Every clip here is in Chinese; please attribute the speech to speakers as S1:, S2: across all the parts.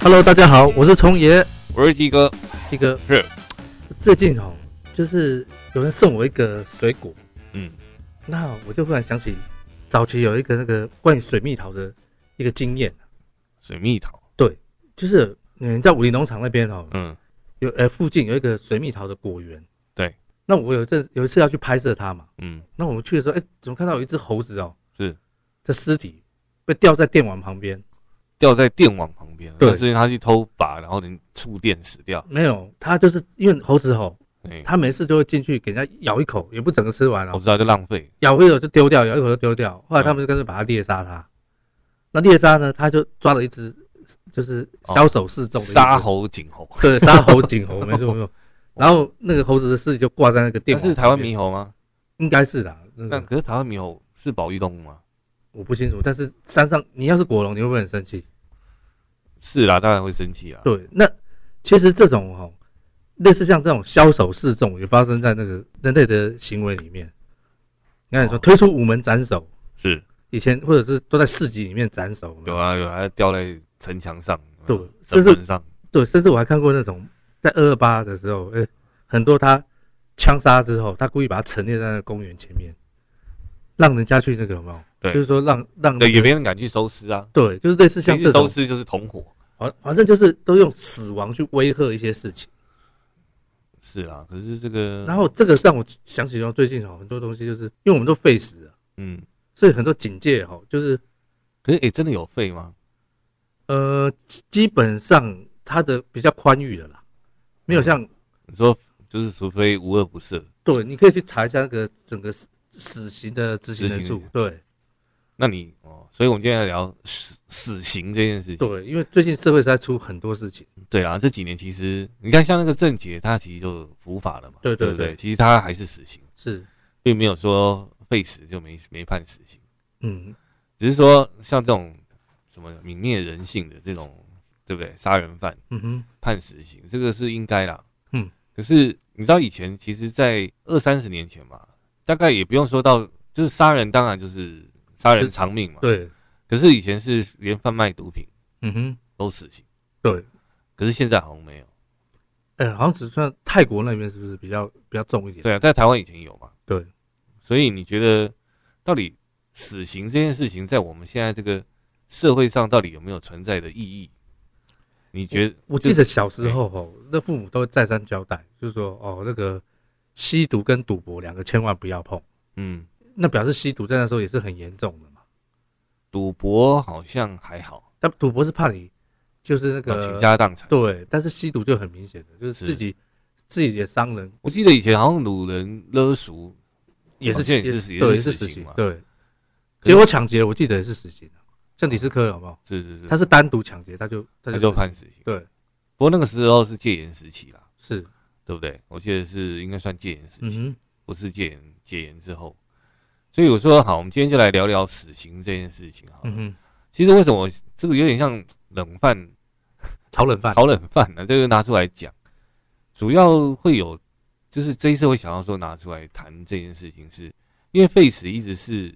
S1: Hello，大家好，我是虫爷
S2: 我是鸡哥，
S1: 鸡哥。
S2: 是，
S1: 最近哦，就是有人送我一个水果，
S2: 嗯，
S1: 那我就忽然想起早期有一个那个关于水蜜桃的一个经验，
S2: 水蜜桃，
S1: 就是嗯，在武林农场那边哦，
S2: 嗯
S1: 有呃附近有一个水蜜桃的果园。
S2: 对，
S1: 那我有一阵有一次要去拍摄它嘛，
S2: 嗯，
S1: 那我们去的时候，哎、怎么看到有一只猴子哦，
S2: 是
S1: 的尸体被吊在电网旁边？
S2: 掉在电网旁边，
S1: 对
S2: 那是因为他去偷拔，然后人触电死掉，
S1: 没有，它就是因为猴子吼，
S2: 哎、
S1: 它没事就会进去给人家咬一口，也不整个吃完哦
S2: 我，知道就浪费，
S1: 咬一口就丢掉，咬一口就丢掉。后来
S2: 嗯
S1: 他们就干脆把它猎杀它。那猎杀呢，他就抓了一只，就是枭首示众的一只
S2: 哦杀，猴儆猴，
S1: 对，杀猴儆 猴，没错没错。然后那个猴子的尸体就挂在那个电
S2: 那
S1: 网，嗯
S2: 是台湾猕，猴吗？
S1: 应该是啦，那
S2: 那
S1: 个
S2: 可是台湾猕猴是保育动物吗？
S1: 我不清楚。但是山上你要是果农，你会不会很生气？
S2: 是啦，当然会生气啦。啊
S1: 对，那其实这种哦，类似像这种枭首示众，也发生在那个人类的行为里面。你看，你说
S2: 哦
S1: 推出午门斩首，
S2: 是
S1: 以前或者是都在市集里面斩首，有没有
S2: 有啊有啊，掉在城墙上，
S1: 对
S2: 嗯
S1: 这是
S2: 城门上，
S1: 对，甚至我还看过那种在二二八的时候，呃、很多他枪杀之后，他故意把它陈列在那个公园前面，让人家去那个有没有？
S2: 对
S1: 就是说让让
S2: 对，
S1: 那
S2: 也
S1: 个
S2: 没人敢去收尸啊，
S1: 对，就是类似像
S2: 谁
S1: 这
S2: 去收
S1: 种，
S2: 尸就是同伙，
S1: 反反正就是都用死亡去威吓一些事情。
S2: 是啊，可是这个，
S1: 然后这个让我想起到最近哦，很多东西就是因为我们都废死了，
S2: 嗯，
S1: 所以很多警戒哦，就是
S2: 可是哎、真的有肺吗？
S1: 呃，基基本上它的比较宽裕的啦，没
S2: 嗯
S1: 有像
S2: 你说就是除非无恶不赦，
S1: 对，你可以去查一下那个整个死死刑的执行
S2: 执
S1: 人
S2: 行
S1: 数，对。
S2: 那你哦，所以我们今天来聊死死刑这件事情。
S1: 对，因为最近社会实在出很多事情，
S2: 对啦，这几年其实你看，像那个郑杰，他其实就伏法了嘛，
S1: 对对
S2: 对不
S1: 对
S2: 其实他还是死刑，
S1: 是，
S2: 并没有说废死就没没判死刑，
S1: 嗯，
S2: 只是说像这种什么泯灭人性的这种，对不对？杀人犯
S1: 嗯哼，
S2: 判死刑，这个是应该啦。
S1: 嗯，
S2: 可是你知道以前其实，在二三十年前嘛，大概也不用说到，就是杀人当然就是杀人
S1: 是
S2: 偿命嘛，。
S1: 对，
S2: 可是以前是连贩卖毒品
S1: 嗯哼，
S2: 都死刑，
S1: 对，
S2: 可是现在好像没有。
S1: 哎、好像只算泰国那边是不是比较比较重一点？
S2: 对啊，在台湾以前有嘛？
S1: 对，
S2: 所以你觉得到底死刑这件事情在我们现在这个社会上到底有没有存在的意义？你觉得？
S1: 我记得小
S2: 哎
S1: 时候哦，那父母都会再三交代，就是说哦，那个吸毒跟赌博两个千万不要碰。
S2: 嗯，
S1: 那表示吸毒在那时候也是很严重的嘛。
S2: 赌博好像还好，
S1: 但赌博是怕你就是那
S2: 要
S1: 个
S2: 倾家荡产。
S1: 对，但是吸毒就很明显的，就是
S2: 是
S1: 自己自己也伤人，
S2: 我记得以前好像掳人勒赎，
S1: 也是
S2: 好哦像也
S1: 也
S2: 是
S1: 对，也
S2: 也是
S1: 是
S2: 死
S1: 死
S2: 刑
S1: 刑
S2: 嘛，
S1: 对。
S2: 可是
S1: 结果抢劫我记得也是死刑啊，像李斯科有没有？
S2: 是是是，
S1: 他是单独抢劫，他就他
S2: 他
S1: 就
S2: 就判死刑。
S1: 对，
S2: 不过那个时候是戒严时期啦，
S1: 是，
S2: 对不对？我记得是应该算戒严时期。
S1: 嗯哼，
S2: 不是戒严戒严之后，所以我说好，我们今天就来聊聊死刑这件事情哈。
S1: 嗯哼，
S2: 其实为什么我这个有点像冷饭
S1: 炒冷饭，
S2: 炒冷饭呢、这个拿出来讲，主要会有就是这一次会想要说拿出来谈这件事情是，因为废死一直是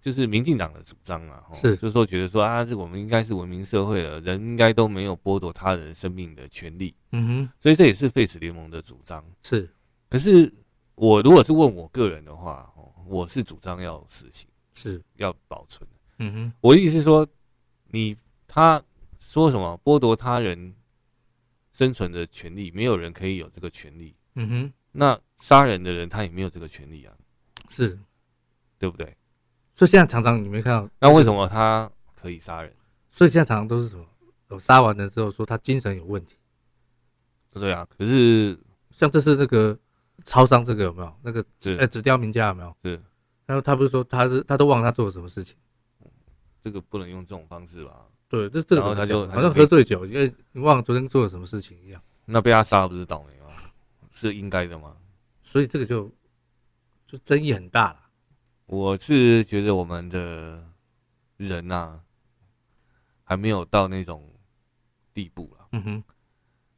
S2: 就是民进党的主张啊，吼
S1: 是
S2: 就是说觉得说啊，这我们应该是文明社会了，人应该都没有剥夺他人生命的权利，
S1: 嗯哼，
S2: 所以这也是废死联盟的主张。
S1: 是
S2: 可是我如果是问我个人的话，哦，我是主张要死刑，
S1: 是，
S2: 要保存。
S1: 嗯哼，
S2: 我的意思是说，你他说什么剥夺他人生存的权利，没有人可以有这个权利。
S1: 嗯哼，
S2: 那杀人的人他也没有这个权利啊，
S1: 是，
S2: 对不对？
S1: 所以现在常常你没看到，
S2: 那为什么他可以杀人？
S1: 所以现在常常都是什么，有杀完了之后说他精神有问题，
S2: 对啊，可是
S1: 像这次那个超商这个有没有那个
S2: 是
S1: 呃纸雕名家有没有？
S2: 是
S1: 然后他不是说他是他都忘了他做了什么事情，
S2: 这个不能用这种方式吧？
S1: 对，这这个
S2: 然后
S1: 怎么
S2: 他就
S1: 讲
S2: 他
S1: 好
S2: 就
S1: 像
S2: 被
S1: 喝醉酒，因为你忘了昨天做了什么事情一样，
S2: 那被他杀了不是倒霉吗？是应该的吗？
S1: 所以这个就就争议很大了，
S2: 我是觉得我们的人呐、还没有到那种地步了。
S1: 嗯哼，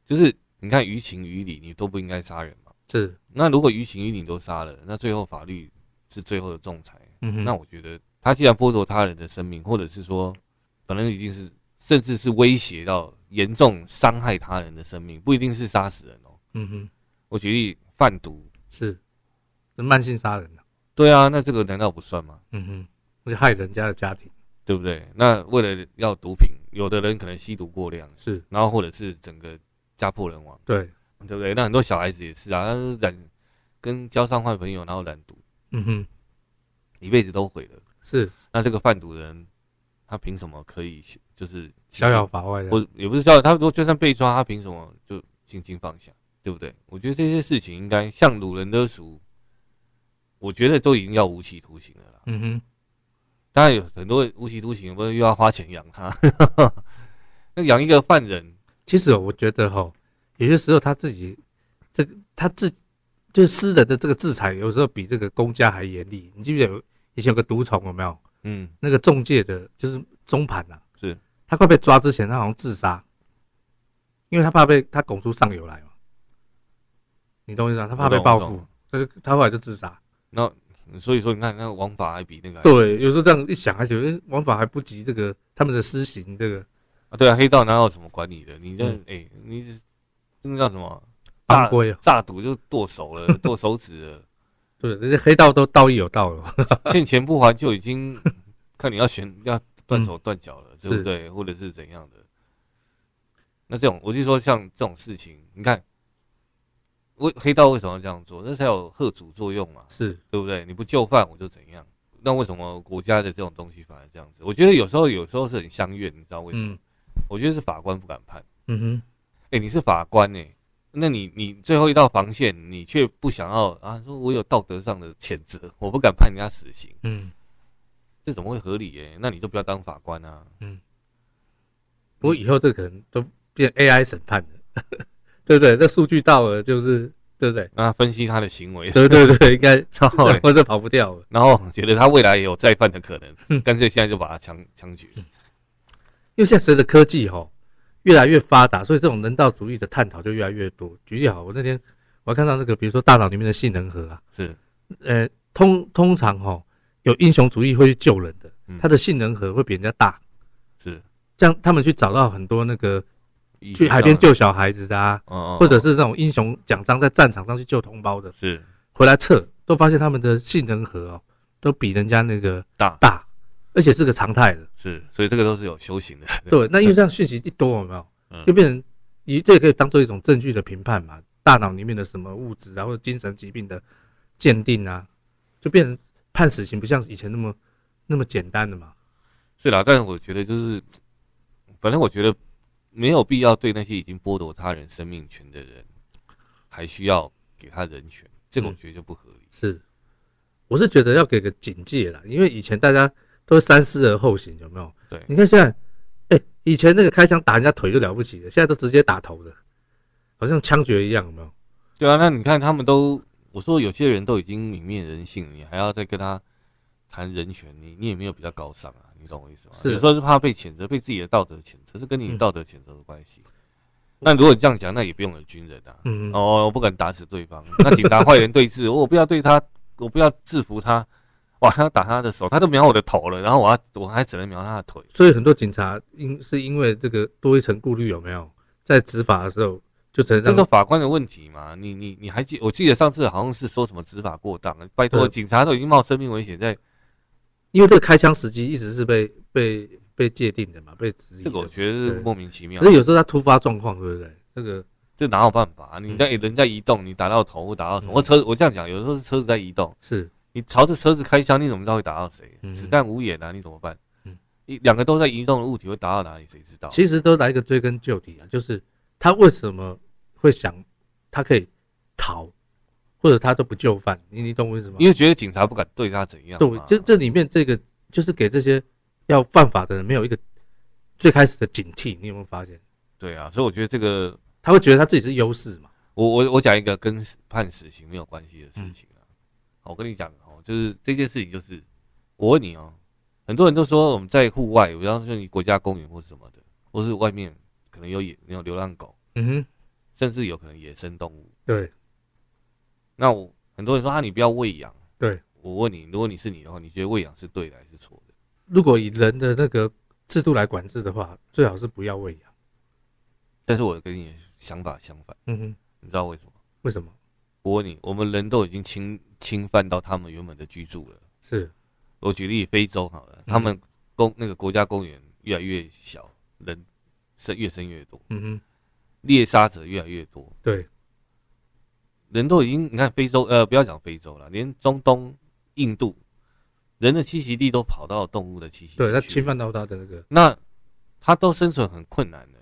S2: 就是你看，于情于理，你都不应该杀人嘛。
S1: 是，
S2: 那如果于情于理都杀了，那最后法律是最后的仲裁。
S1: 嗯哼，
S2: 那我觉得，他既然剥夺他人的生命，或者是说，反正一定是，甚至是威胁到严重伤害他人的生命，不一定是杀死人哦。
S1: 嗯哼，
S2: 我举例，贩毒，
S1: 是，这慢性杀人啊，
S2: 对啊，那这个难道不算吗？
S1: 嗯哼，而且害人家的家庭，
S2: 对不对？那为了要毒品，有的人可能吸毒过量，
S1: 是
S2: 然后或者是整个家破人亡，
S1: 对，
S2: 对不对？那很多小孩子也是啊，他就染跟交上坏朋友，然后染毒，
S1: 嗯哼，
S2: 一辈子都毁了。
S1: 是
S2: 那这个贩毒人，他凭什么可以就是
S1: 逍遥法外的，
S2: 我也不是叫他，如果就算被抓，他凭什么就轻轻放下，对不对？我觉得这些事情应该像鲁人勒赎，我觉得都已经要无期徒刑了啦。
S1: 嗯哼，
S2: 当然有很多无期徒刑，不是又要花钱养他， 那养一个犯人，
S1: 其实哦我觉得哈，有些时候他自己这个他自就是私人的这个制裁，有时候比这个公家还严厉。你记不记得有以前有个毒虫有没有？
S2: 嗯，
S1: 那个中介的，就是中盘啊，
S2: 是
S1: 他快被抓之前，他好像自杀，因为他怕被他拱出上游来嘛。你懂我意思啊？他怕被报
S2: 我懂我
S1: 复
S2: 懂，
S1: 他就他后来就自杀。
S2: 所以说你看那个王法还比那个还
S1: 对，有时候这样一想，还觉得诶王法还不及这个他们的私刑，这个
S2: 啊，对啊，黑道哪有什么管理的？你这哎、
S1: 嗯
S2: 你这个叫什么
S1: 犯
S2: 诈
S1: 规啊，
S2: 诈赌就剁手了，剁手指了。
S1: 对，这些黑道都道义有道了。
S2: 欠钱不还就已经看你要选要断手断脚了，
S1: 嗯
S2: 对
S1: 是
S2: 不对？或者是怎样的？那这种，我就说像这种事情，你看，为黑道为什么要这样做？那才有贺主作用嘛，
S1: 是，
S2: 对不对？你不就范我就怎样？那为什么国家的这种东西反而这样子？我觉得有时候有时候是很相怨，你知道为什么？
S1: 嗯
S2: 我觉得是法官不敢判。
S1: 嗯哼，
S2: 哎、你是法官哎、那你你最后一道防线，你却不想要啊？说我有道德上的谴责，我不敢判人家死刑。
S1: 嗯。
S2: 这怎么会合理耶、那你就不要当法官啊！
S1: 不过以后这可能都变 AI 审判了， 对不对？那数据到了就是，对不对？
S2: 让他分析他的行为，
S1: 对对 对，应该
S2: 然后嘞
S1: 或者跑不掉了。
S2: 然后觉得他未来也有再犯的可
S1: 嗯
S2: 能，干脆现在就把他枪枪决。
S1: 因为现在随着科技哈、越来越发达，所以这种人道主义的探讨就越来越多。举例好，我那天我还看到那个，比如说大脑里面的性能核啊，
S2: 是
S1: 呃，通通常哈、有英雄主义会去救人的
S2: 嗯，
S1: 他的性能核会比人家大，
S2: 是，
S1: 这样他们去找到很多那个
S2: 意
S1: 去
S2: 识
S1: 海边
S2: 上
S1: 救小孩子的啊，
S2: 嗯，嗯
S1: 或者
S2: 嗯
S1: 是那种英雄奖章在战场上去救同胞的。
S2: 是
S1: 回来测，都发现他们的性能核哦，都比人家那个
S2: 大
S1: 大，而且是个常态的。
S2: 是，所以这个都是有修行的。
S1: 对，那因为这样讯息一多，有没有
S2: 嗯
S1: 就变成你这也可以当做一种证据的评判嘛？大脑里面的什么物质啊，或者精神疾病的鉴定啊，就变成判死刑不像以前那么那么简单的嘛？
S2: 是啦，但是我觉得就是，反正我觉得没有必要对那些已经剥夺他人生命权的人，还需要给他人权，这个我
S1: 嗯
S2: 觉得就不合理。
S1: 是，我是觉得要给个警戒啦，因为以前大家都三思而后行，有没有？
S2: 对
S1: 你看现在，哎、以前那个开枪打人家腿就了不起了，现在都直接打头的，好像枪决一样，有没有？
S2: 对啊，那你看他们都，我说有些人都已经泯灭人性了，你还要再跟他谈人权，你你也没有比较高尚啊，你懂我意思吗？
S1: 是
S2: 有时候是怕被谴责，被自己的道德谴责，这跟你
S1: 嗯
S2: 的道德谴责有关系。那如果你这样讲，那也不用有军人啊。
S1: 嗯，
S2: 哦，我不敢打死对方， 那警察坏人对峙，我不要对他，我不要制服他，哇，他要打他的手，他都瞄我的头了，然后我要我还只能瞄他的腿，
S1: 所以很多警察因是因为这个多一层顾虑，有没有？在执法的时候就只能
S2: 这
S1: 让
S2: 个法官的问题嘛，你你你还记？我记得上次好像是说什么执法过当，拜托，
S1: 对
S2: 警察都已经冒生命危险在。
S1: 因为这个开枪时机一直是被被被界定的嘛，被质疑的。
S2: 这个我觉得是莫名其妙
S1: 可，是有时候他突发状况，对不对？这个
S2: 这哪有办法、
S1: 嗯
S2: 你在、人在移动，你打到头或打到什么？我车我这样讲，有时候是车子在移动，
S1: 是
S2: 你朝着车子开枪，你怎么知道会打到谁？
S1: 嗯
S2: 子弹无眼啊，你怎么办
S1: 嗯？
S2: 你两个都在移动的物体会打到哪里？谁知道？
S1: 其实都来一个追根究底啊，就是他为什么会想他可以逃，或者他都不就范？你你懂我意思吗？
S2: 因为觉得警察不敢对他怎样
S1: 对
S2: 嘛。，
S1: 这这里面这个就是给这些要犯法的人没有一个最开始的警惕，你有没有发现？
S2: 对啊，所以我觉得这个，
S1: 他会觉得他自己是优势嘛？
S2: 我我我讲一个跟判死刑没有关系的事情啊。我跟你讲哦，就是这件事情，就是我问你哦，很多人都说我们在户外，比方说你国家公园或什么的，或是外面可能有野有流浪狗。
S1: 嗯哼，
S2: 甚至有可能野生动物。
S1: 对，
S2: 那我很多人说啊，你不要喂养。
S1: 对，
S2: 我问你，如果你是你的话，你觉得喂养是对的还是错的？
S1: 如果以人的那个制度来管制的话，最好是不要喂养。
S2: 但是我跟你的想法相反，
S1: 嗯哼，
S2: 你知道为什么？
S1: 为什么？
S2: 我问你，我们人都已经侵侵犯到他们原本的居住了。
S1: 是，
S2: 我举例非洲好
S1: 嗯
S2: 了，他们公那个国家公园越来越小，人生越生越多，
S1: 嗯哼，
S2: 猎杀者越来越多，
S1: 对，
S2: 人都已经你看非洲呃，不要讲非洲了，连中东、印度，人的栖息地都跑到动物的栖息地去，
S1: 对，他侵犯到他的那个，
S2: 那它都生存很困难的，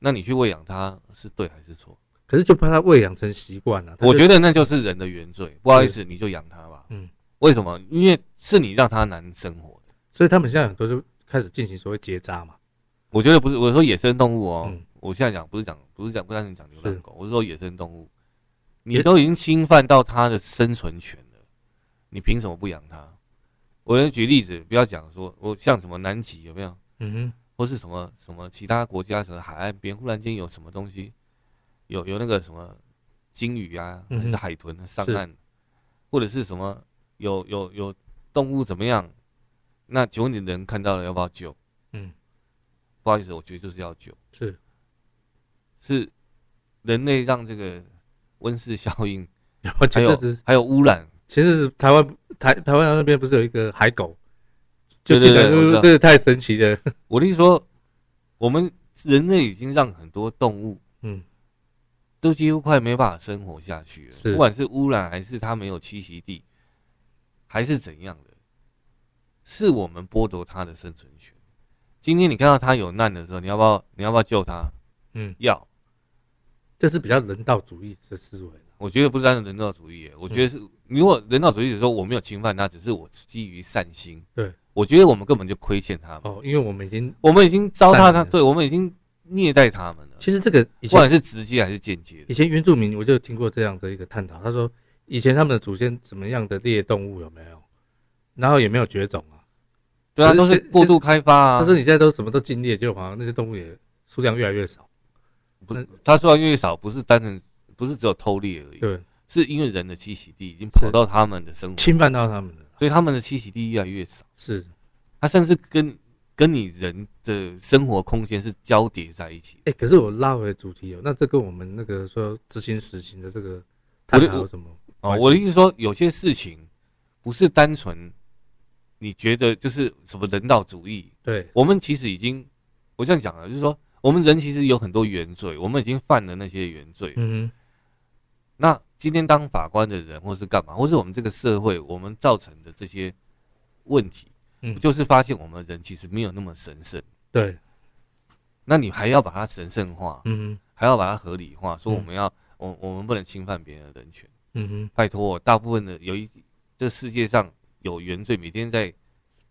S2: 那你去喂养它是对还是错？
S1: 可是就怕他喂养成习惯啊了。他就
S2: 我觉得那就是人的原罪。不好意思，你就养它吧。
S1: 嗯，
S2: 为什么？因为是你让它难生活的。
S1: 所以他们现在很多就开始进行所谓结扎嘛，
S2: 我觉得不是，我说野生动物哦，
S1: 嗯
S2: 我现在讲不是讲不是讲不单纯讲流浪
S1: 是
S2: 狗，我是说野生动物，你
S1: 也
S2: 都已经侵犯到它的生存权了，你凭什么不养它？我来举例子，不要讲说我像什么南极有没有？
S1: 嗯哼，
S2: 或是什么什么其他国家什么海岸边，忽然间有什么东西，有有那个什么鲸鱼啊，
S1: 嗯哼
S2: 还是海豚上
S1: 是
S2: 岸，或者是什么有有有动物怎么样？那请问你人看到了要不要救？
S1: 嗯，
S2: 不好意思，我觉得就是要救，
S1: 是，
S2: 是人类让这个温室效应，
S1: 我
S2: 还
S1: 前
S2: 有
S1: 阵子
S2: 还有污染，
S1: 前阵子台湾台台湾那边不是有一个海狗，就
S2: 对对
S1: 进来
S2: 对我知
S1: 就
S2: 道
S1: 这太神奇了，
S2: 我的意思说，我们人类已经让很多动物
S1: 嗯，
S2: 都几乎快没办法生活下去了，
S1: 是
S2: 不管是污染还是它没有栖息地，还是怎样的，是我们剥夺它的生存权。今天你看到它有难的时候，你要不要你要不要救它？
S1: 嗯，
S2: 要，
S1: 这是比较人道主义的思维了
S2: 我觉得不是单纯人道主义，我觉得是、如果人道主义的时候我没有侵犯它，只是我基于善心，
S1: 对
S2: 我觉得我们根本就亏欠他们，
S1: 哦，因为我们已经
S2: 我们已经糟蹋
S1: 善
S2: 它，
S1: 良
S2: 对我们已经虐待他们了，
S1: 其实这个以
S2: 不
S1: 前
S2: 管是直接还是间接的。
S1: 以前原住民我就听过这样的一个探讨，他说以前他们的祖先怎么样的猎动物有没有，然后也没有绝种啊。
S2: 对啊，
S1: 可是
S2: 都是
S1: 现
S2: 过度开发啊。
S1: 他说你现在都什么都禁猎，结果好像那些动物也数量越来越少。
S2: 不
S1: 那，
S2: 他说的越少，不是单纯不是只有偷猎而已，
S1: 对，
S2: 是因为人的栖息地已经跑到他们的生活，
S1: 侵犯到他们了。
S2: 所以他们的栖息地越来越少，
S1: 是，
S2: 它甚至跟跟你人的生活空间是交叠在一起的。
S1: 哎、可是我拉回主题哦，那这跟我们那个说执行死刑的这个
S2: 我
S1: 探
S2: 的
S1: 讨有
S2: 我
S1: 什么？
S2: 哦，
S1: 完全
S2: 我的意思说，有些事情不是单纯你觉得就是什么人道主义，
S1: 对，
S2: 我们其实已经我这样讲了，啊就是说我们人其实有很多原罪，我们已经犯了那些原罪，
S1: 嗯
S2: 那今天当法官的人，或是干嘛，或是我们这个社会，我们造成的这些问题，
S1: 嗯
S2: 就是发现我们人其实没有那么神圣。
S1: 哼，对，
S2: 那你还要把它神圣化，
S1: 嗯哼，
S2: 还要把它合理化，说
S1: 嗯
S2: 我们要，我我们不能侵犯别人的人权。
S1: 嗯哼，
S2: 拜托，大部分的有一这世界上有原罪，每天在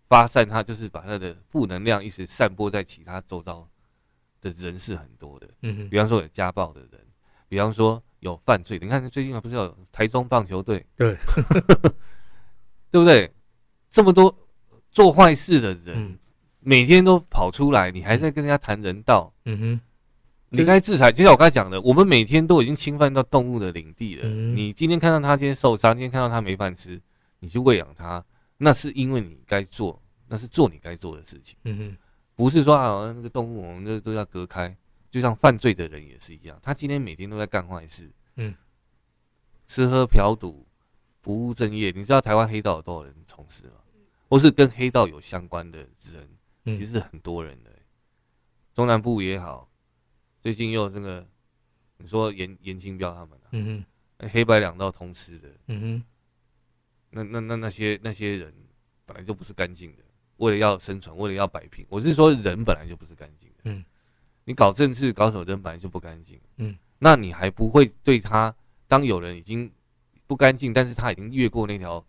S2: 发散它，就是把它的负能量一直散播在其他周遭的人是很多的。
S1: 嗯
S2: 比
S1: 哼，
S2: 方说有家暴的人，比方说有犯罪的。你看最近不是有台中棒球队？
S1: 对，
S2: 对不对？这么多做坏事的人，
S1: 嗯
S2: 每天都跑出来，你还在跟人家谈人道？
S1: 嗯哼，就
S2: 你该制裁。就像我刚才讲的，我们每天都已经侵犯到动物的领地了。
S1: 嗯
S2: 你今天看到它今天受伤，今天看到它没饭吃，你去喂养它，那是因为你该做，那是做你该做的事情。
S1: 嗯哼，
S2: 不是说啊，那个动物我们都都要隔开，就像犯罪的人也是一样，他今天每天都在干坏事，
S1: 嗯，
S2: 吃喝嫖赌，不务正业。你知道台湾黑道有多少人从事吗？或是跟黑道有相关的人，
S1: 嗯
S2: 其实是很多人的、欸中南部也好，最近又有这个，你说严严清标他们、啊，
S1: 嗯哼，
S2: 那黑白两道通吃的，
S1: 嗯哼，
S2: 那那那那些那些人本来就不是干净的，为了要生存，为了要摆平，我是说人本来就不是干净的。
S1: 嗯，
S2: 你搞政治搞什么人本来就不干净。
S1: 嗯，
S2: 那你还不会对他，当有人已经不干净，但是他已经越过那条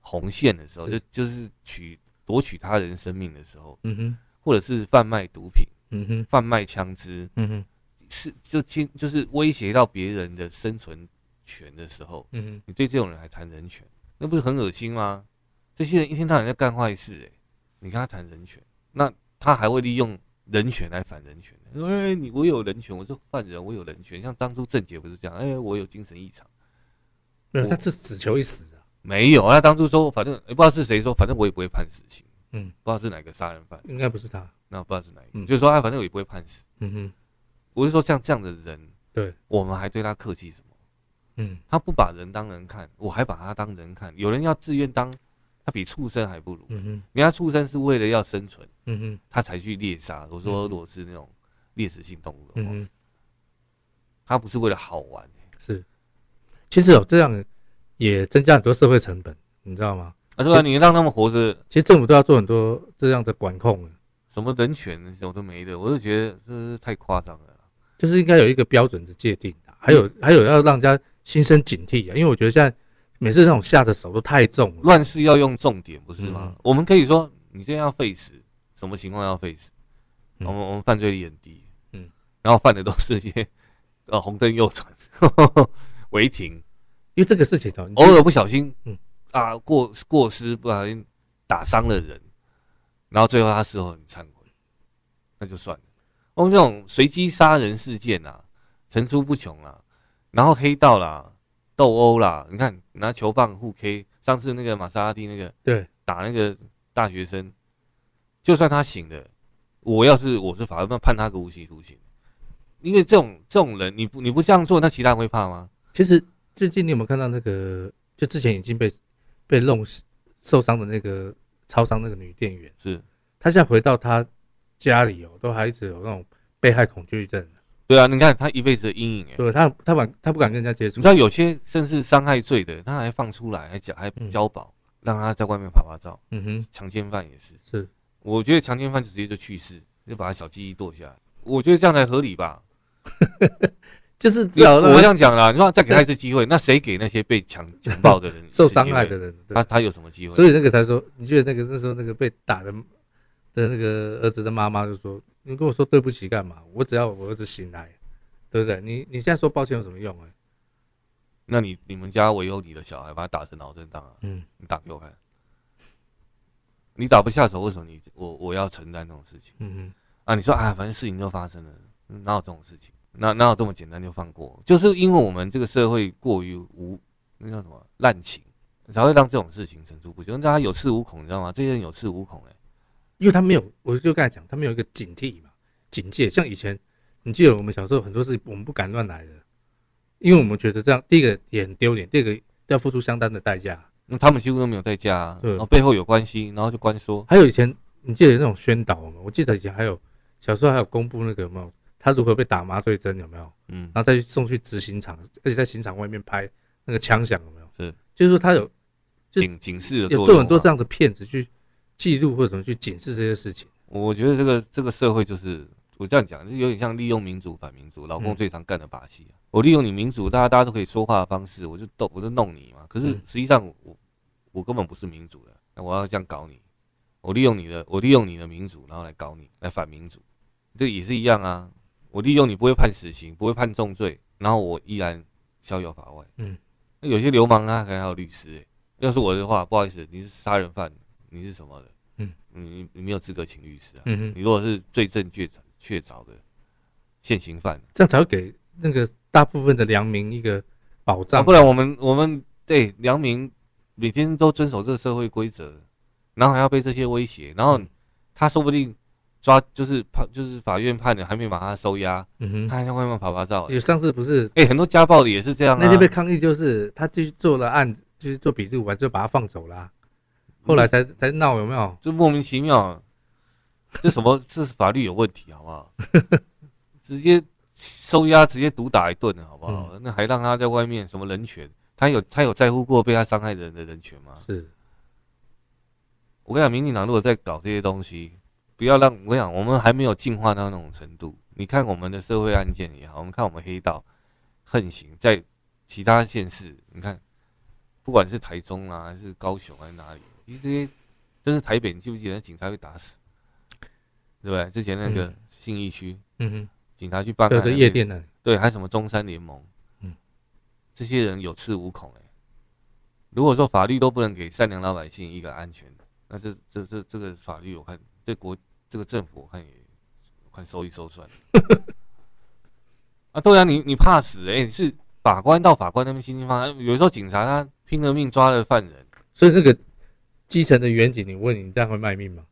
S2: 红线的时候，
S1: 是
S2: 就就是取夺取他人生命的时候，
S1: 嗯哼，
S2: 或者是贩卖毒品、
S1: 嗯哼，
S2: 贩卖枪支，
S1: 嗯哼，
S2: 是就侵就是威胁到别人的生存权的时候，
S1: 嗯哼，
S2: 你对这种人还谈人权，那不是很恶心吗？这些人一天到晚在干坏事、欸，你跟他谈人权，那他还会利用人权来反人权、欸。哎、你我有人权，我是犯人，我有人权。像当初郑杰不是这样，哎、我有精神异常，
S1: 没有，
S2: 我
S1: 他是只求一死啊，
S2: 没有啊。他当初说，反正、欸不知道是谁说，反正我也不会判死刑。
S1: 嗯，
S2: 不知道是哪个杀人犯，
S1: 应该不是他，
S2: 那不知道是哪一个，
S1: 嗯
S2: 就是说啊，反正我也不会判死。
S1: 嗯哼，
S2: 我是说像这样的人，
S1: 对，
S2: 我们还对他客气什么？
S1: 嗯
S2: 他不把人当人看，我还把他当人看。有人要自愿当，他比畜生还不如。
S1: 嗯哼，
S2: 人家畜生是为了要生存，
S1: 嗯哼，
S2: 他才去猎杀。我说
S1: 嗯
S2: 如果是那种猎食性动物的
S1: 嗯
S2: 话，
S1: 哼，
S2: 他不是为了好玩、欸
S1: 是。其实哦，这样也增加很多社会成本，你知道吗？
S2: 啊，对啊，你让他们活着，
S1: 其实政府都要做很多这样的管控了，
S2: 什么人权什么都没的，我就觉得这是太夸张了啦。
S1: 就是应该有一个标准的界定啊还
S2: 嗯
S1: 有还有要让人家心生警惕啊，因为我觉得现在每次这种下的手都太重了。
S2: 乱世要用重点，不是吗？
S1: 嗯
S2: 我们可以说，你这样要废死，什么情况要废死？
S1: 嗯
S2: 我们我们犯罪率很低，
S1: 嗯，
S2: 然后犯的都是一些呃红灯右转、 违停，
S1: 因为这个事情哦，你就
S2: 偶尔不小心，
S1: 嗯
S2: 啊过过失不小心打伤了人，然后最后他事后很忏悔，那就算了。我们这种随机杀人事件啊，层出不穷啊，然后黑道啦、斗殴啦，你看拿球棒互 K，上次那个玛莎拉蒂那个。
S1: 对，
S2: 打那个大学生，就算他醒了，我要是我是法官，判他个无期徒刑，因为这种这种人，你不你不这样做，那其他人会怕吗？
S1: 其实最近你有没有看到那个，就之前已经被被弄受伤的那个超商那个女店员，
S2: 是
S1: 她现在回到她家里哦，都还一直有那种被害恐惧症，
S2: 对啊，你看他一辈子的阴影、欸，
S1: 对她她不敢她不敢跟人家接触，
S2: 你知道有些甚至伤害罪的，他还放出来，还交还
S1: 嗯
S2: 交保，让他在外面拍拍照，
S1: 嗯哼，
S2: 强奸犯也是，
S1: 是
S2: 我觉得强奸犯就直接就去世，就把他小鸡鸡剁下来，我觉得这样才合理吧。
S1: 就是啊只
S2: 你
S1: 要
S2: 我这
S1: 让她
S2: 样讲啦，你说再给他一次机会，那谁给那些被强 强暴的人
S1: 受伤害
S2: 一次
S1: 的人，
S2: 机会？
S1: 对
S2: 他他有什么机会？
S1: 所以那个才说，你记得那个那时候那个被打的的那个儿子的妈妈就说：“你跟我说对不起干嘛？我只要我儿子醒来，对不对？你你现在说抱歉有什么用、欸？”
S2: 那你你们家唯有你的小孩把他打成脑震荡啊？
S1: 嗯，
S2: 你打给我看，你打不下手，为什么你我我要承担这种事情
S1: 嗯
S2: 啊？你说啊，反正事情就发生了，嗯哪有这种事情？哪哪有这么简单就放过？就是因为我们这个社会过于无那叫什么滥情，才会让这种事情层出不穷。大家有恃无恐，你知道吗？这些人有恃无恐哎、
S1: 因为他没有，我就刚才讲，他没有一个警惕嘛，警戒。像以前，你记得我们小时候很多事情我们不敢乱来的，因为我们觉得这样，第一个也很丢脸，第二个要付出相当的代价。
S2: 那他们几乎都没有在家、啊，
S1: 对
S2: 然后背后有关系，然后就关说。
S1: 还有以前，你记得那种宣导吗？我记得以前还有小时候还有公布那个有没有他如何被打麻醉针有没有？
S2: 嗯，
S1: 然后再去送去执行场，而且在刑场外面拍那个枪响有没有？
S2: 是，
S1: 就是说他有就
S2: 警警示的
S1: 有
S2: 作
S1: 做
S2: 用
S1: 很多
S2: 啊
S1: 这样的骗子去记录或者怎么去警示这些事情。
S2: 我觉得这个这个社会就是我这样讲，就有点像利用民主反民主，老
S1: 嗯
S2: 公最常干的把戏啊、我利用你民主，大家大家都可以说话的方式，我就逗，我就弄你嘛。可是
S1: 嗯
S2: 实际上我我根本不是民主的，那我要这样搞你，我利用你的我利用你的民主，然后来搞你，来反民主，这也是一样啊。我利用你不会判死刑，不会判重罪，然后我依然逍遥法外。
S1: 嗯，
S2: 那有些流氓他可能还有律师、欸，要是我的话，不好意思，你是杀人犯，你是什么的？
S1: 嗯，
S2: 你你没有资格请律师啊。
S1: 嗯哼，
S2: 你如果是罪证确凿确凿的现行犯，
S1: 这样才会给那个大部分的良民一个保
S2: 啊、
S1: 障。
S2: 不然我们我们对良民每天都遵守这个社会规则，然后还要被这些威胁，然后
S1: 嗯
S2: 他说不定抓就是判就是法院判的还没把他收押，
S1: 嗯
S2: 他
S1: 哼，
S2: 还在外面跑爬照、欸。
S1: 就上次不是
S2: 哎、很多家暴的也是这样啊。
S1: 那天被抗议，就是他继续做了案子，就是做笔录完就把他放走啦、啊后来才才闹有没有？
S2: 就莫名其妙，这什么？这是法律有问题，好不 好？直接收押，直接毒打一顿，好不好？那还让他在外面什么人权？他有他有在乎过被他伤害的人的人权吗？
S1: 是，
S2: 我跟你讲，民进党如果在搞这些东西，不要让我跟你讲，我们还没有进化到那种程度。你看我们的社会案件也好，我们看我们黑道横行在其他县市，你看，不管是台中啊，还是高雄还是哪里，其实这些真是台北，你记不记得警察被打死？对不对？之前那个
S1: 嗯
S2: 信义区、
S1: 嗯
S2: 警察去
S1: 哼，
S2: 办
S1: 对
S2: 案，
S1: 对，夜，店呢？
S2: 对，还有什么中山联盟，
S1: 嗯，
S2: 这些人有恃无恐哎、如果说法律都不能给善良老百姓一个安全，那这这这这个法律我看这国这个政府我看也我看收一收算了。 啊，对啊，你你怕死哎、你是法官到法官那边心情放，有时候警察他拼了命抓了犯人，
S1: 所以那个基层的远景，你问你这样会卖命吗？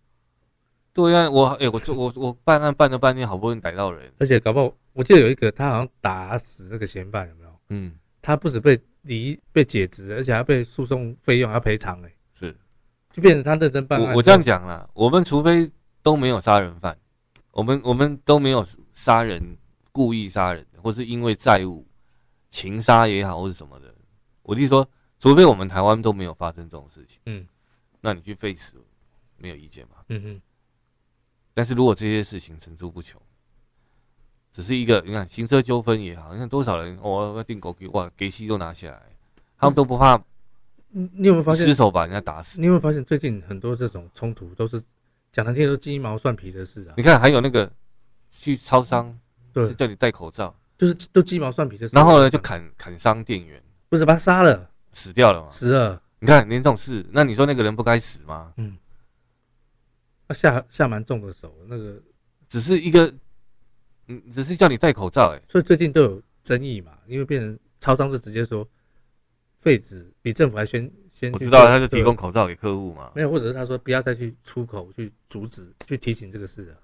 S2: 对啊，我哎、我就我我办案办了半天，好不容易逮到人，
S1: 而且搞不好，我记得有一个他好像打死那个嫌犯，有没有？
S2: 嗯，
S1: 他不止被离被解职，而且还被诉讼费用还要赔偿，哎，
S2: 是
S1: 就变成他认真办案。
S2: 我我这样讲啦，我们除非都没有杀人犯，我们我们都没有杀人故意杀人，或是因为债务情杀也好，或是什么的。我弟说，除非我们台湾都没有发生这种事情，
S1: 嗯，
S2: 那你去 face 没有意见嘛？
S1: 嗯嗯，
S2: 但是如果这些事情层出不穷，只是一个你看行车纠纷也好，你看多少人哦要订狗给哇给息都拿下来，他们都不怕
S1: 嗯你你有没有发现
S2: 失？手把人家打死。
S1: 你有没有发现最近很多这种冲突都是讲难听都鸡毛蒜皮的事啊？
S2: 你看还有那个去超商
S1: 对
S2: 是，叫你戴口罩，
S1: 就是都鸡毛蒜皮的事。
S2: 然后呢就砍砍伤店员，
S1: 不是把他杀了，
S2: 死掉了嘛？
S1: 死了，
S2: 你看连这种事，那你说那个人不该死吗？
S1: 他啊下下蛮重的手，那个
S2: 只是一个，嗯，只是叫你戴口罩、哎，
S1: 所以最近都有争议嘛，因为变成超商就直接说废止，比政府还先先
S2: 我
S1: 去
S2: 知道
S1: 做
S2: 他就提
S1: 对
S2: 供口罩给客户嘛，
S1: 没有，或者是他说不要再去出口去阻止、去提醒这个事了。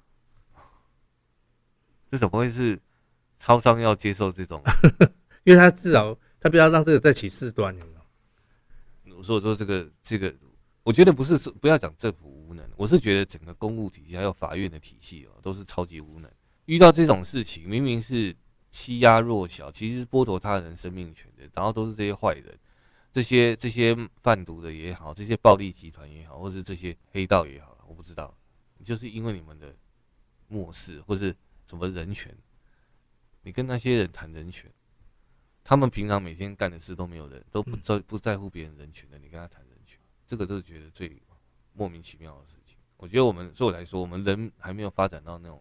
S2: 这怎么会是超商要接受这种？
S1: 因为他至少他不要让这个再起事端，你知道吗？
S2: 我说我说这个这个，我觉得不是说不要讲政府无能，我是觉得整个公务体系还有法院的体系哦，都是超级无能。遇到这种事情，明明是欺压弱小，其实是剥夺他人生命权的，然后都是这些坏人，这些这些贩毒的也好，这些暴力集团也好，或是这些黑道也好，我不知道，就是因为你们的漠视或是什么人权，你跟那些人谈人权。他们平常每天干的事都没有人，都
S1: 嗯
S2: 不在不在乎别人人权的，你跟他谈人权，这个都是觉得最莫名其妙的事情。我觉得我们对我来说，我们人还没有发展到那种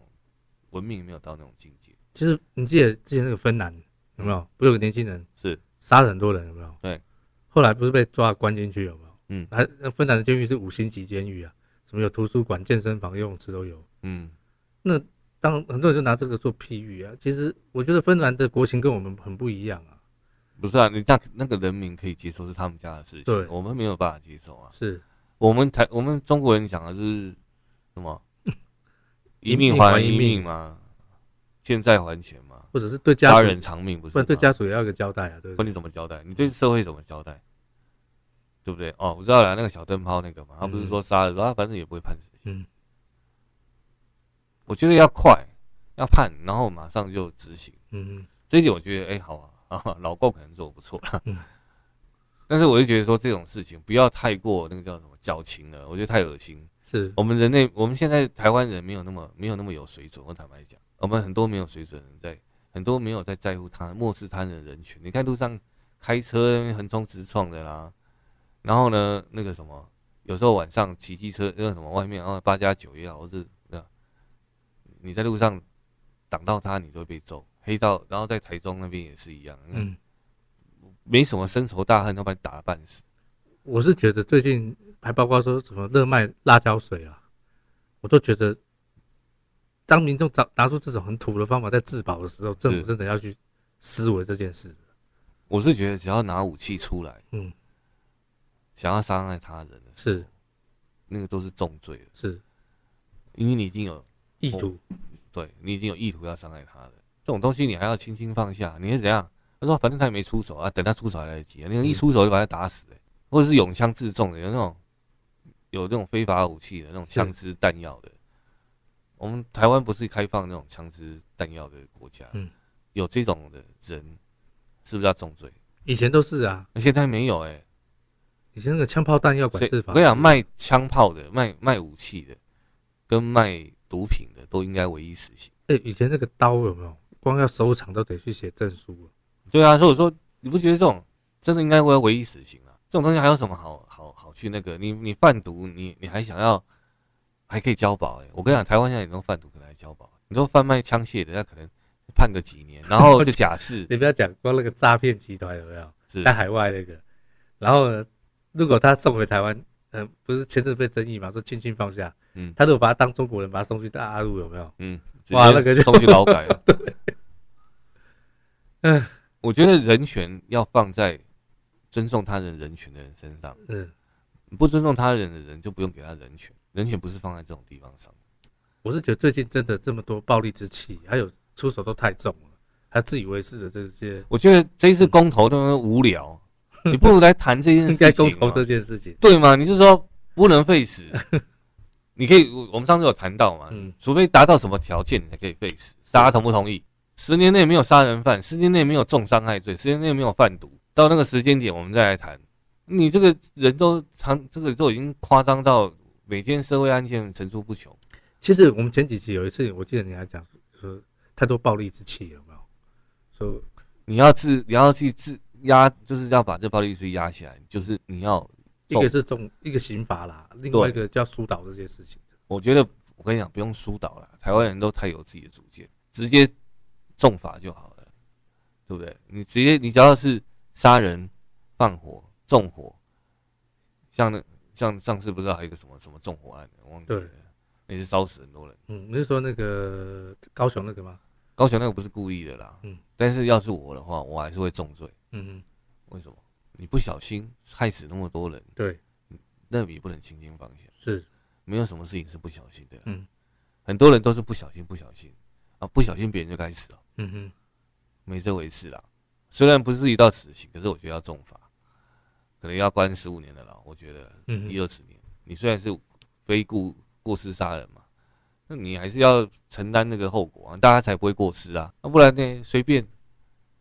S2: 文明，没有到那种境界。
S1: 其实你记得之前那个芬兰有没有？不是有个年轻人
S2: 是
S1: 杀了很多人有没有？
S2: 对。
S1: 后来不是被抓关进去有没有？
S2: 嗯
S1: 还那芬兰的监狱是五星级监狱啊，什么有图书馆、健身房、游泳池都有。
S2: 嗯，
S1: 当然很多人就拿这个做譬喻啊。其实我觉得芬兰的国情跟我们很不一样啊。
S2: 不是啊，你那那个人民可以接受是他们家的事
S1: 对
S2: 情，我们没有办法接受啊。
S1: 是
S2: 我们台我们中国人讲的就是什么 一
S1: 一
S2: 命
S1: 命还
S2: 还
S1: 一
S2: 一
S1: 命
S2: 命嘛，欠债还钱嘛，
S1: 或者是对家
S2: 家
S1: 属
S2: 人偿命不是
S1: 不
S2: 吗？
S1: 然对家属也要有个交代啊，对不
S2: 不
S1: 对？
S2: 然你怎么交代？你对社会怎么交代？对不对？哦，我知道了，那个小灯泡那个嘛，他不是说杀了，说、啊、反正也不会判死刑。
S1: 嗯，
S2: 我觉得要快，要判，然后马上就执行。
S1: 嗯，
S2: 这一点我觉得，哎、好啊， 啊，老共可能做得不错啦。
S1: 嗯
S2: 但是我就觉得说这种事情不要太过那个叫什么矫情了，我觉得太恶心。
S1: 是
S2: 我们人类，我们现在台湾人没有那么没有那么有水准。我坦白讲，我们很多没有水准的人在，很多没有在在乎他漠视他人的人权。你看路上开车横冲直撞的啦，然后呢，那个什么，有时候晚上骑机车，那个什么外面啊八加九也好，或是那你在路上挡到他，你都会被揍。黑道，然后在台中那边也是一样，嗯，
S1: 嗯。
S2: 没什么深仇大恨，都把你打得半死。
S1: 我是觉得最近还包括说什么热卖辣椒水啊，我都觉得，当民众找拿出这种很土的方法在自保的时候，政府真的要去思维这件事。
S2: 我是觉得只要拿武器出来，
S1: 嗯，
S2: 想要伤害他人的时候
S1: 是
S2: 那个都是重罪的，
S1: 是
S2: 因为你已经有
S1: 意
S2: 哦
S1: 图，
S2: 对你已经有意图要伤害他了。这种东西你还要轻轻放下，你是怎样？他说反正他也没出手啊，等他出手还来得及啊。那个一出手就把他打死、欸，或者是永枪自重的，有那种有那种非法武器的那种枪支弹药的。我们台湾不是开放那种枪支弹药的国家，
S1: 嗯
S2: 有这种的人是不是要重罪？
S1: 以前都是啊，
S2: 那现在没有哎、欸
S1: 以前那个枪炮弹药管
S2: 所以
S1: 制法，
S2: 我跟你讲，卖枪炮的、卖卖武器的，跟卖毒品的都应该唯一死刑。
S1: 哎，以前那个刀有没有，光要收藏都得去写证书啊。
S2: 对啊，所以我说，你不觉得这种真的应该为唯一死刑啊？这种东西还有什么好好好去那个？你你贩毒，你你还想要还可以交保、欸？我跟你讲，台湾现在很多贩毒可能还交保，你说贩卖枪械的，那可能判个几年，然后就假释
S1: 你不要讲光那个诈骗集团有没有，
S2: 是
S1: 在海外那个，然后呢，如果他送回台湾，呃，不是前阵被争议嘛，说轻轻放下，
S2: 嗯
S1: 他如果把他当中国人，把他送去大陆有没有？
S2: 嗯，
S1: 哇
S2: 直接
S1: 那个就
S2: 送去劳改 了。对，
S1: 嗯，
S2: 我觉得人权要放在尊重他人人权的人身上。
S1: 嗯，
S2: 你不尊重他人的人，就不用给他人权。人权不是放在这种地方上，
S1: 我是觉得最近真的这么多暴力之气，还有出手都太重了，还自以为是的这些，
S2: 我觉得这一次公投那么无聊，你不如来谈这件
S1: 嗯 应
S2: 事
S1: 该
S2: 情
S1: 公投
S2: 嘛，
S1: 这件事情。
S2: 对吗？你就说不能废死，你可以，我我们上次有谈到嘛，
S1: 嗯，
S2: 除非达到什么条件，你才可以废死。大家同不同意？十年内没有杀人犯，十年内没有重伤害罪，十年内没有贩毒，到那个时间点我们再来谈。你这个人都常，这个都已经夸张到每天社会案件层出不穷。
S1: 其实我们前几集有一次，我记得你还讲说太多暴力之气有没有？说
S2: 你要治，你要去治压，就是要把这暴力去压起来，就是你要。
S1: 一个是重一个刑罚啦，另外一个叫疏导这些事情。
S2: 我觉得我跟你讲，不用疏导了，台湾人都太有自己的主见，直接重罚就好了，对不对？你直接你只要是杀人、放火、纵火，像那像上次不知道还有一个什么什么纵火案，我忘记了
S1: 对，
S2: 那是烧死很多人。
S1: 嗯，你是说那个高雄那个吗？
S2: 高雄那个不是故意的啦，
S1: 嗯，
S2: 但是要是我的话，我还是会重罪。
S1: 嗯，
S2: 为什么？你不小心害死那么多人，
S1: 对，
S2: 那你不能轻轻放下。
S1: 是，
S2: 没有什么事情是不小心的。
S1: 嗯，
S2: 很多人都是不小心，不小心啊，不小心别人就该死了，
S1: 嗯哼，
S2: 没这回事啦。虽然不是一到死刑，可是我觉得要重罚，可能要关十五年的牢。我觉得
S1: 嗯
S2: 一
S1: 哼，
S2: 二十年，你虽然是非故过失杀人嘛，那你还是要承担那个后果啊，大家才不会过失啊。那、不然呢，随便。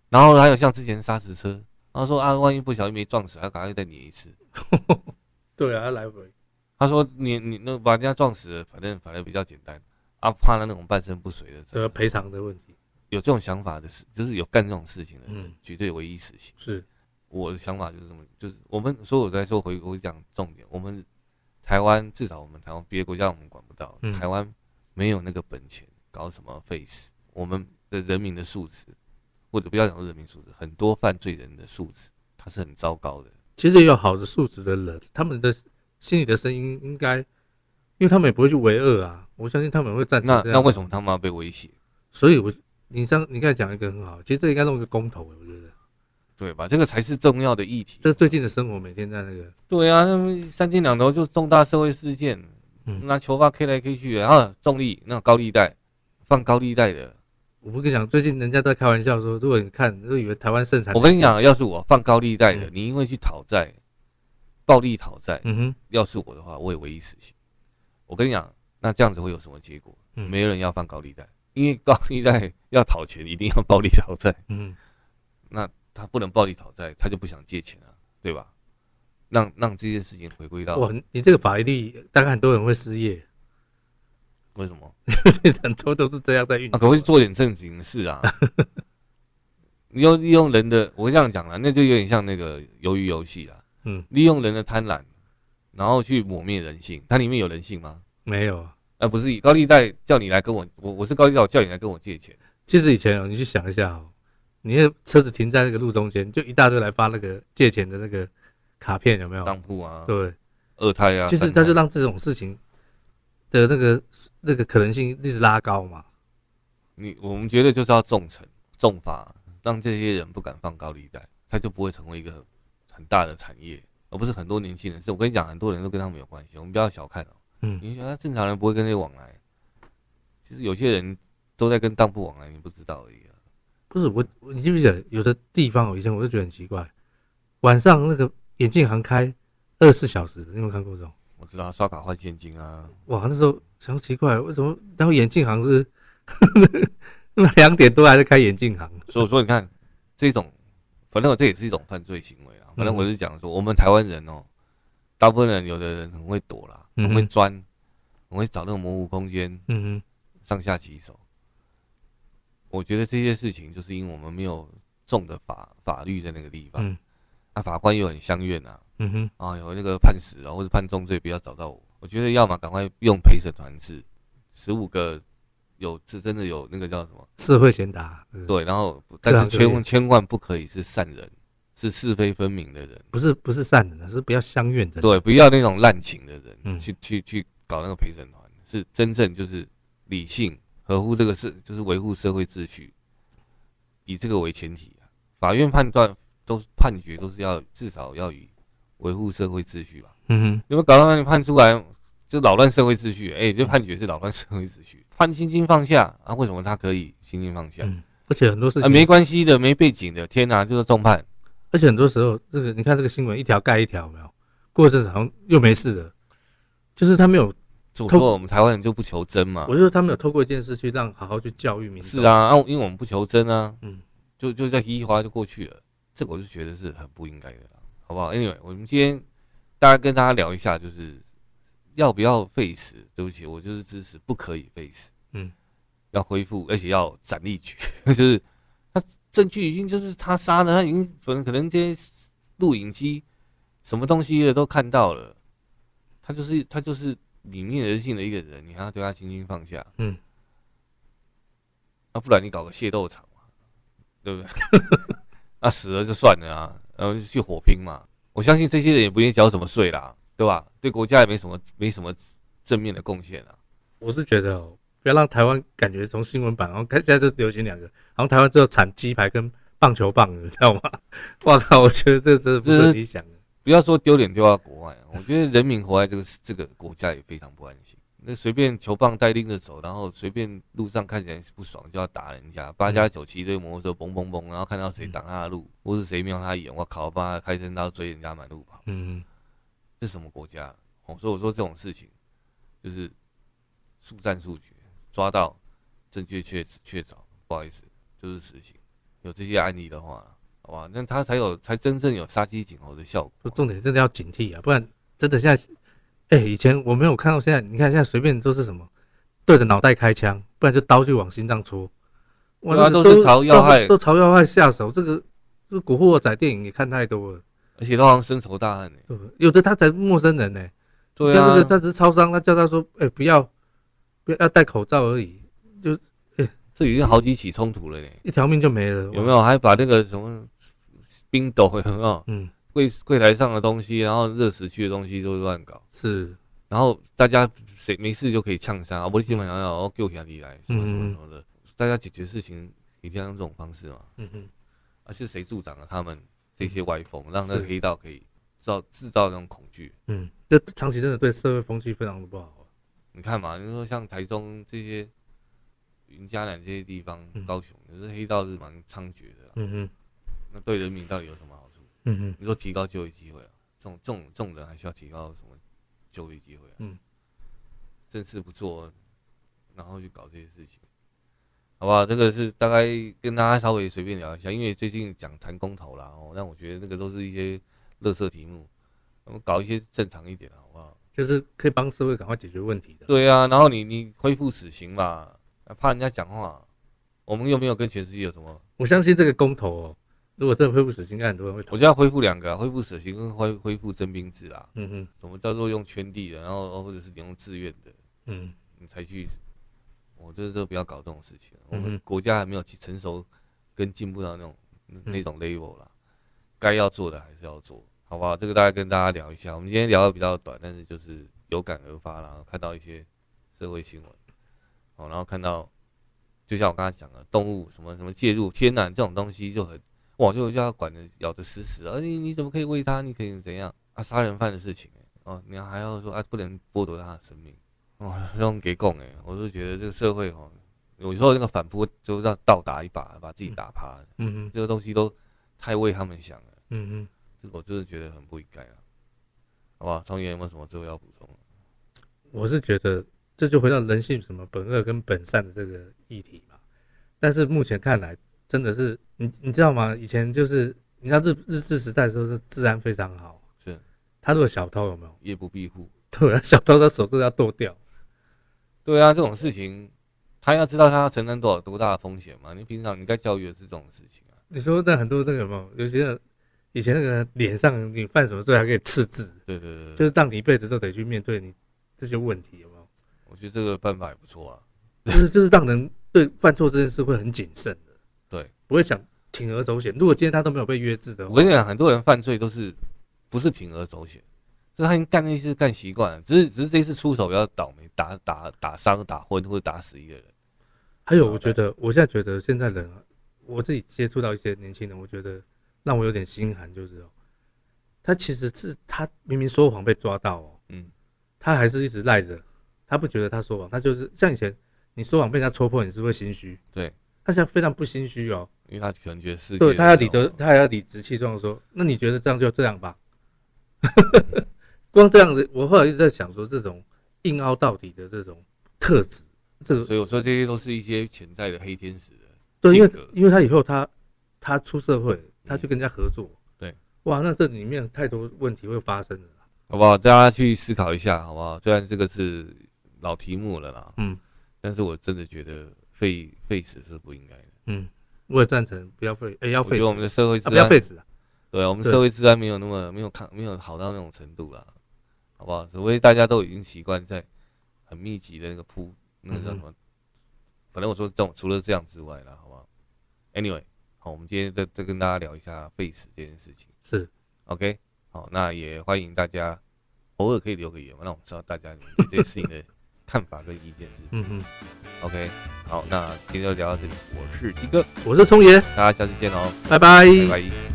S2: 然后还有像之前砂石车，然后说啊，万一不小心没撞死，他赶快再碾一次。
S1: 对啊，来回，
S2: 他说你你那把人家撞死了，反正反正比较简单啊，怕他那种半身不遂的，
S1: 这个赔偿的问题
S2: 有这种想法的事，就是有干这种事情的人，
S1: 嗯
S2: 绝对唯一死刑。
S1: 是，
S2: 我的想法就是这么，就是我们所以我在说回我讲重点，我们台湾至少我们台湾别的国家我们管不到，
S1: 嗯
S2: 台湾没有那个本钱搞什么 face，我们的人民的素质，或者不要讲说人民素质，很多犯罪人的素质，它是很糟糕的。
S1: 其实也有好的素质的人，他们的心里的声音应该，因为他们也不会去为恶啊，我相信他们会赞成
S2: 那
S1: 这样
S2: 那为什么他们要被威胁？
S1: 所以我，你上你刚才讲一个很好，其实这应该弄一个公投，我觉得
S2: 对吧？这个才是重要的议题。
S1: 这最近的生活每天在那个，
S2: 对啊，那么三天两头就重大社会事件，
S1: 嗯
S2: 拿球发 K 来 K 去的，然后重力那种高利贷，放高利贷的，
S1: 我不跟你讲，最近人家都在开玩笑说，如果你看，就以为台湾盛产，
S2: 我跟你，讲，要是我放高利贷的，
S1: 嗯
S2: 你因为去讨债，暴力讨债，
S1: 嗯哼，
S2: 要是我的话，我也唯一死刑。我跟你讲，那这样子会有什么结果？
S1: 嗯
S2: 没有人要放高利贷，因为高利贷要讨钱，一定要暴力讨债，
S1: 嗯，
S2: 他不能暴力讨债，他就不想借钱啊，对吧？让让这件事情回归到
S1: 哇，你这个法律大概很多人会失业，
S2: 为什么？
S1: 很多都是这样在运
S2: 啊，
S1: 作。
S2: 可不可以做点正经的 事啊？你要利用人的，我这样讲啦，那就有点像那个鱿鱼游戏啦。
S1: 嗯，
S2: 利用人的贪婪，然后去抹灭人性。它里面有人性吗？
S1: 没有，
S2: 啊，不是，高利贷叫你来跟我，我我是高利贷，我叫你来跟我借钱。
S1: 其实以前哦，你去想一下哦，你的车子停在那个路中间，就一大堆来发那个借钱的那个卡片，有没有？
S2: 当铺啊，
S1: 哦对，
S2: 二胎啊，
S1: 其实
S2: 三
S1: 他
S2: 胎
S1: 就让这种事情的那个那个可能性一直拉高嘛。
S2: 你，我们觉得就是要重惩重罚，让这些人不敢放高利贷，他就不会成为一个很很大的产业，而不是很多年轻人。是我跟你讲，很多人都跟他们有关系，我们不要小看哦。
S1: 嗯
S2: 你想他正常人不会跟这些往来，其实有些人都在跟当铺往来，你不知道而已、啊。
S1: 不是我，我你记不记得有的地方哦，以前我就觉得很奇怪，晚上那个眼镜行开二十四小时的，你有没有看过这种？
S2: 我知道刷卡换现金啊，
S1: 哇，那时候想奇怪，为什么然后眼镜行是 那两点多还在开眼镜行？
S2: 所以我说你看这种，反正我这也是一种犯罪行为啊。反
S1: 嗯
S2: 正我是讲说，我们台湾人哦，大部分人有的人很会躲啦，
S1: 嗯哼
S2: 很会钻，很会找那种模糊空间，
S1: 嗯哼。
S2: 上下其手。我觉得这些事情就是因为我们没有重的法法律在那个地方，
S1: 嗯
S2: 那法官又很相怨啊，
S1: 嗯哼，
S2: 啊，有那个判死啊，或者判重罪，不要找到我。我觉得要么赶快用陪审团制，十五个有这真的有那个叫什么？
S1: 社会贤达，对不对，
S2: 对，然后
S1: 对啊
S2: 但是千
S1: 对
S2: 万千万不可以是善人，是是非分明的人，
S1: 不是不是善人啊，是不要相怨的人。
S2: 对，不要那种滥情的人，
S1: 嗯
S2: 去去去搞那个陪审团，是真正就是理性，合乎这个社，就是维护社会秩序，以这个为前提、啊。法院判断都是判决都是要至少要以维护社会秩序吧。
S1: 嗯
S2: 你们搞到那里判出来，就扰乱社会秩序，哎、
S1: 嗯
S2: 这判决是扰乱社会秩序，判轻轻放下啊？为什么他可以轻轻放下？
S1: 嗯而且很多事
S2: 啊，
S1: 情，
S2: 没关系的，没背景的，天哪、就是重判。
S1: 而且很多时候，这个你看这个新闻一条盖一条，有没有？过一阵子好像又没事了，就是他没有，
S2: 就我
S1: 透
S2: 说我们台湾人就不求真嘛，
S1: 我就说他没有透过一件事去让好好去教育民众。
S2: 啊是，啊，啊，因为我们不求真啊，
S1: 嗯
S2: 嗯，就就在一一划就过去了，这个我就觉得是很不应该的啦，好不好？Anyway，我们今天大家跟大家聊一下，就是要不要废死？对不起，我就是支持不可以废死，
S1: 嗯
S2: 嗯，要恢复，而且要斩立决， 就是他证据已经就是他杀的，他已经可能可能这些录影机什么东西的都看到了，他就是他就是泯灭人性的一个人，你还要对他轻轻放下，
S1: 嗯，
S2: 啊，不然你搞个械斗场嘛，对不 对？那、死了就算了啊，然后就去火拼嘛。我相信这些人也不愿意交什么税啦，对吧？对国家也没什么没什么正面的贡献啊。
S1: 我是觉得哦，不要让台湾感觉从新闻版，然后看现在就流行两个，然后台湾只有产鸡排跟棒球棒，你知道吗？ 哇靠，我觉得这真的不是很理想的。
S2: 不要说丢脸丢到国外啊，我觉得人民活在这个这个国家也非常不安心。那随便球棒带拎着走，然后随便路上看起来不爽就要打人家，八加九骑一堆摩托车嘣嘣嘣，然后看到谁挡他的路，或是谁瞄他一眼，我靠，帮他开车刀追人家满路跑。
S1: 嗯，
S2: 这什么国家？哦，所以我说这种事情就是速战速决，抓到证据确确凿，不好意思，就是死刑。有这些案例的话，好吧，那他才有才真正有杀鸡儆猴的效
S1: 说
S2: 果。
S1: 重点真的要警惕啊，不然真的现在，哎、以前我没有看到现在，你看现在随便都是什么对着脑袋开枪，不然就刀就往心脏戳，哇，
S2: 对啊
S1: 那个
S2: 都是朝要害
S1: 都朝要害下手。这个这《古惑仔》电影也看太多了，
S2: 而且都好像深仇大恨呢、
S1: 对不对有的他才陌生人呢、
S2: 对
S1: 像
S2: 啊
S1: 那个，他只是超商，他叫他说，哎、不要，不要要戴口罩而已，
S2: 这已经好几起冲突了呢、
S1: 一条命就没了，
S2: 有没？有？还把那个什么冰斗有没有
S1: 嗯，
S2: 柜柜台上的东西，然后热食区的东西都乱搞。
S1: 是，
S2: 然后大家谁没事就可以呛杀，啊我基本上要哦救起你来什么什么什么的，大家解决事情一定要用这种方式嘛。
S1: 嗯哼，
S2: 啊，是谁助长了他们这些歪风，让那
S1: 是
S2: 个黑道可以制造制造那种恐惧？
S1: 嗯，这长期真的对社会风气非常的不好啊。
S2: 你看嘛，你说像台中这些、云嘉南这些地方
S1: 嗯、
S2: 高雄，就是黑道是蛮猖獗的啦。
S1: 嗯哼，
S2: 那对人民到底有什么好处？
S1: 嗯哼，
S2: 你说提高就业机会啊，这种这种这种人还需要提高什么就业机会啊？
S1: 嗯，
S2: 正事不做，然后去搞这些事情，好不好？这个是大概跟大家稍微随便聊一下，因为最近讲谈公投啦，哦，让我觉得那个都是一些垃圾题目，我们搞一些正常一点啊的，好不好？
S1: 就是可以帮社会赶快解决问题的。
S2: 对啊，然后你你恢复死刑嘛，怕人家讲话，我们又没有跟全世界有什么，
S1: 我相信这个公投哦，如果真的恢复死刑，应该很多人会投
S2: 我。就要恢复两个啊、恢复死刑跟恢恢复征兵制啊。
S1: 嗯哼，
S2: 什么叫做用圈地的，然后哦或者是你用自愿的，
S1: 嗯，
S2: 你才去。我就是说不要搞这种事情，我
S1: 嗯哼
S2: 们国家还没有成熟跟进步到那种
S1: 嗯
S2: 那种 level 啦，该要做的还是要做，好不好？这个大概跟大家聊一下。我们今天聊的比较短，但是就是有感而发啦，看到一些社会新闻，哦，然后看到就像我刚才讲的，动物什么什么介入，天然这种东西就很哇，就就要管的咬得死死的，啊，你你怎么可以喂它？你可以怎样啊？杀人犯的事情、哦，你还要说啊，不能剥夺他的生命，哦，这种给供哎，我就觉得这个社会哦，有时候那个反扑就让倒打一把，把自己打趴，
S1: 嗯哼，
S2: 这个东西都太为他们想了，
S1: 嗯哼。
S2: 这个我真的觉得很不应该啊，好吧？创业有没有什么最后要补充？
S1: 我是觉得这就回到人性什么本恶跟本善的这个议题嘛。但是目前看来，真的是你你知道吗？以前就是你知道日日治时代的时候是治安非常好，
S2: 是
S1: 他如果小偷有没有？
S2: 夜不闭户，
S1: 对啊，小偷他手都要剁掉。
S2: 对啊，这种事情他要知道他要承担多少多大的风险嘛？你平常你该教育的是这种事情啊，
S1: 你说那很多那个有没有？有些人以前那个脸上你犯什么罪还可以刺字，
S2: 对对对对，
S1: 就是让你一辈子都得去面对你这些问题，有没有？
S2: 我觉得这个办法也不错啊。
S1: 就是就是让人对犯错这件事会很谨慎的，
S2: 对，
S1: 不会想铤而走险。如果今天他都没有被约制的话，
S2: 我跟你讲，很多人犯罪都是不是铤而走险，就是他已经干那次干习惯了，只是只是这一次出手比较倒霉，打打打伤、打昏或者打死一个人。
S1: 还有，
S2: 好
S1: 我觉得我现在觉得现在人啊，我自己接触到一些年轻人，我觉得让我有点心寒，就是哦，他其实是他明明说谎被抓到哦，
S2: 嗯，
S1: 他还是一直赖着，他不觉得他说谎，他就是像以前你说谎被人家戳破，你是不是会心虚？
S2: 对，
S1: 他现在非常不心虚哦，
S2: 因为他可能觉得世界
S1: 对他要理
S2: 的
S1: 得，他还要理直气壮地说，那你觉得这样就这样吧？ 光这样子，我后来一直在想说，这种硬凹到底的这种特质，这种
S2: 所以我说这些都是一些潜在的黑天使的。
S1: 对，因为
S2: 性格嗯
S1: 因为他以后他他出社会，他去跟人家合作，
S2: 对，
S1: 哇，那这里面太多问题会发生了。
S2: 好不好？大家去思考一下，好不好？虽然这个是老题目了啦，
S1: 嗯
S2: 但是我真的觉得废废死是不应该的。
S1: 嗯，我也赞成不要废，哎、要
S2: 我觉
S1: 废
S2: 得
S1: 死
S2: 我们的社会治
S1: 啊，不
S2: 安，
S1: 要废死啊，
S2: 对我们
S1: 对
S2: 社会治安没有那么没有抗没有好到那种程度啦，好不好？除非大家都已经习惯在很密集的那个铺那个叫什么，反正我说这种除了这样之外啦，好不好？Anyway，好，我们今天再再跟大家聊一下废死这件事情。
S1: 是
S2: OK，好，那也欢迎大家偶尔可以留个言嘛，让我们知道大家你们对这些事情的看法跟意见是什么。
S1: 嗯嗯，
S2: OK，好，那今天就聊到这里，我是鸡哥，
S1: 我是聪爷，
S2: 大家下次见喽，哦
S1: 拜拜
S2: 拜拜。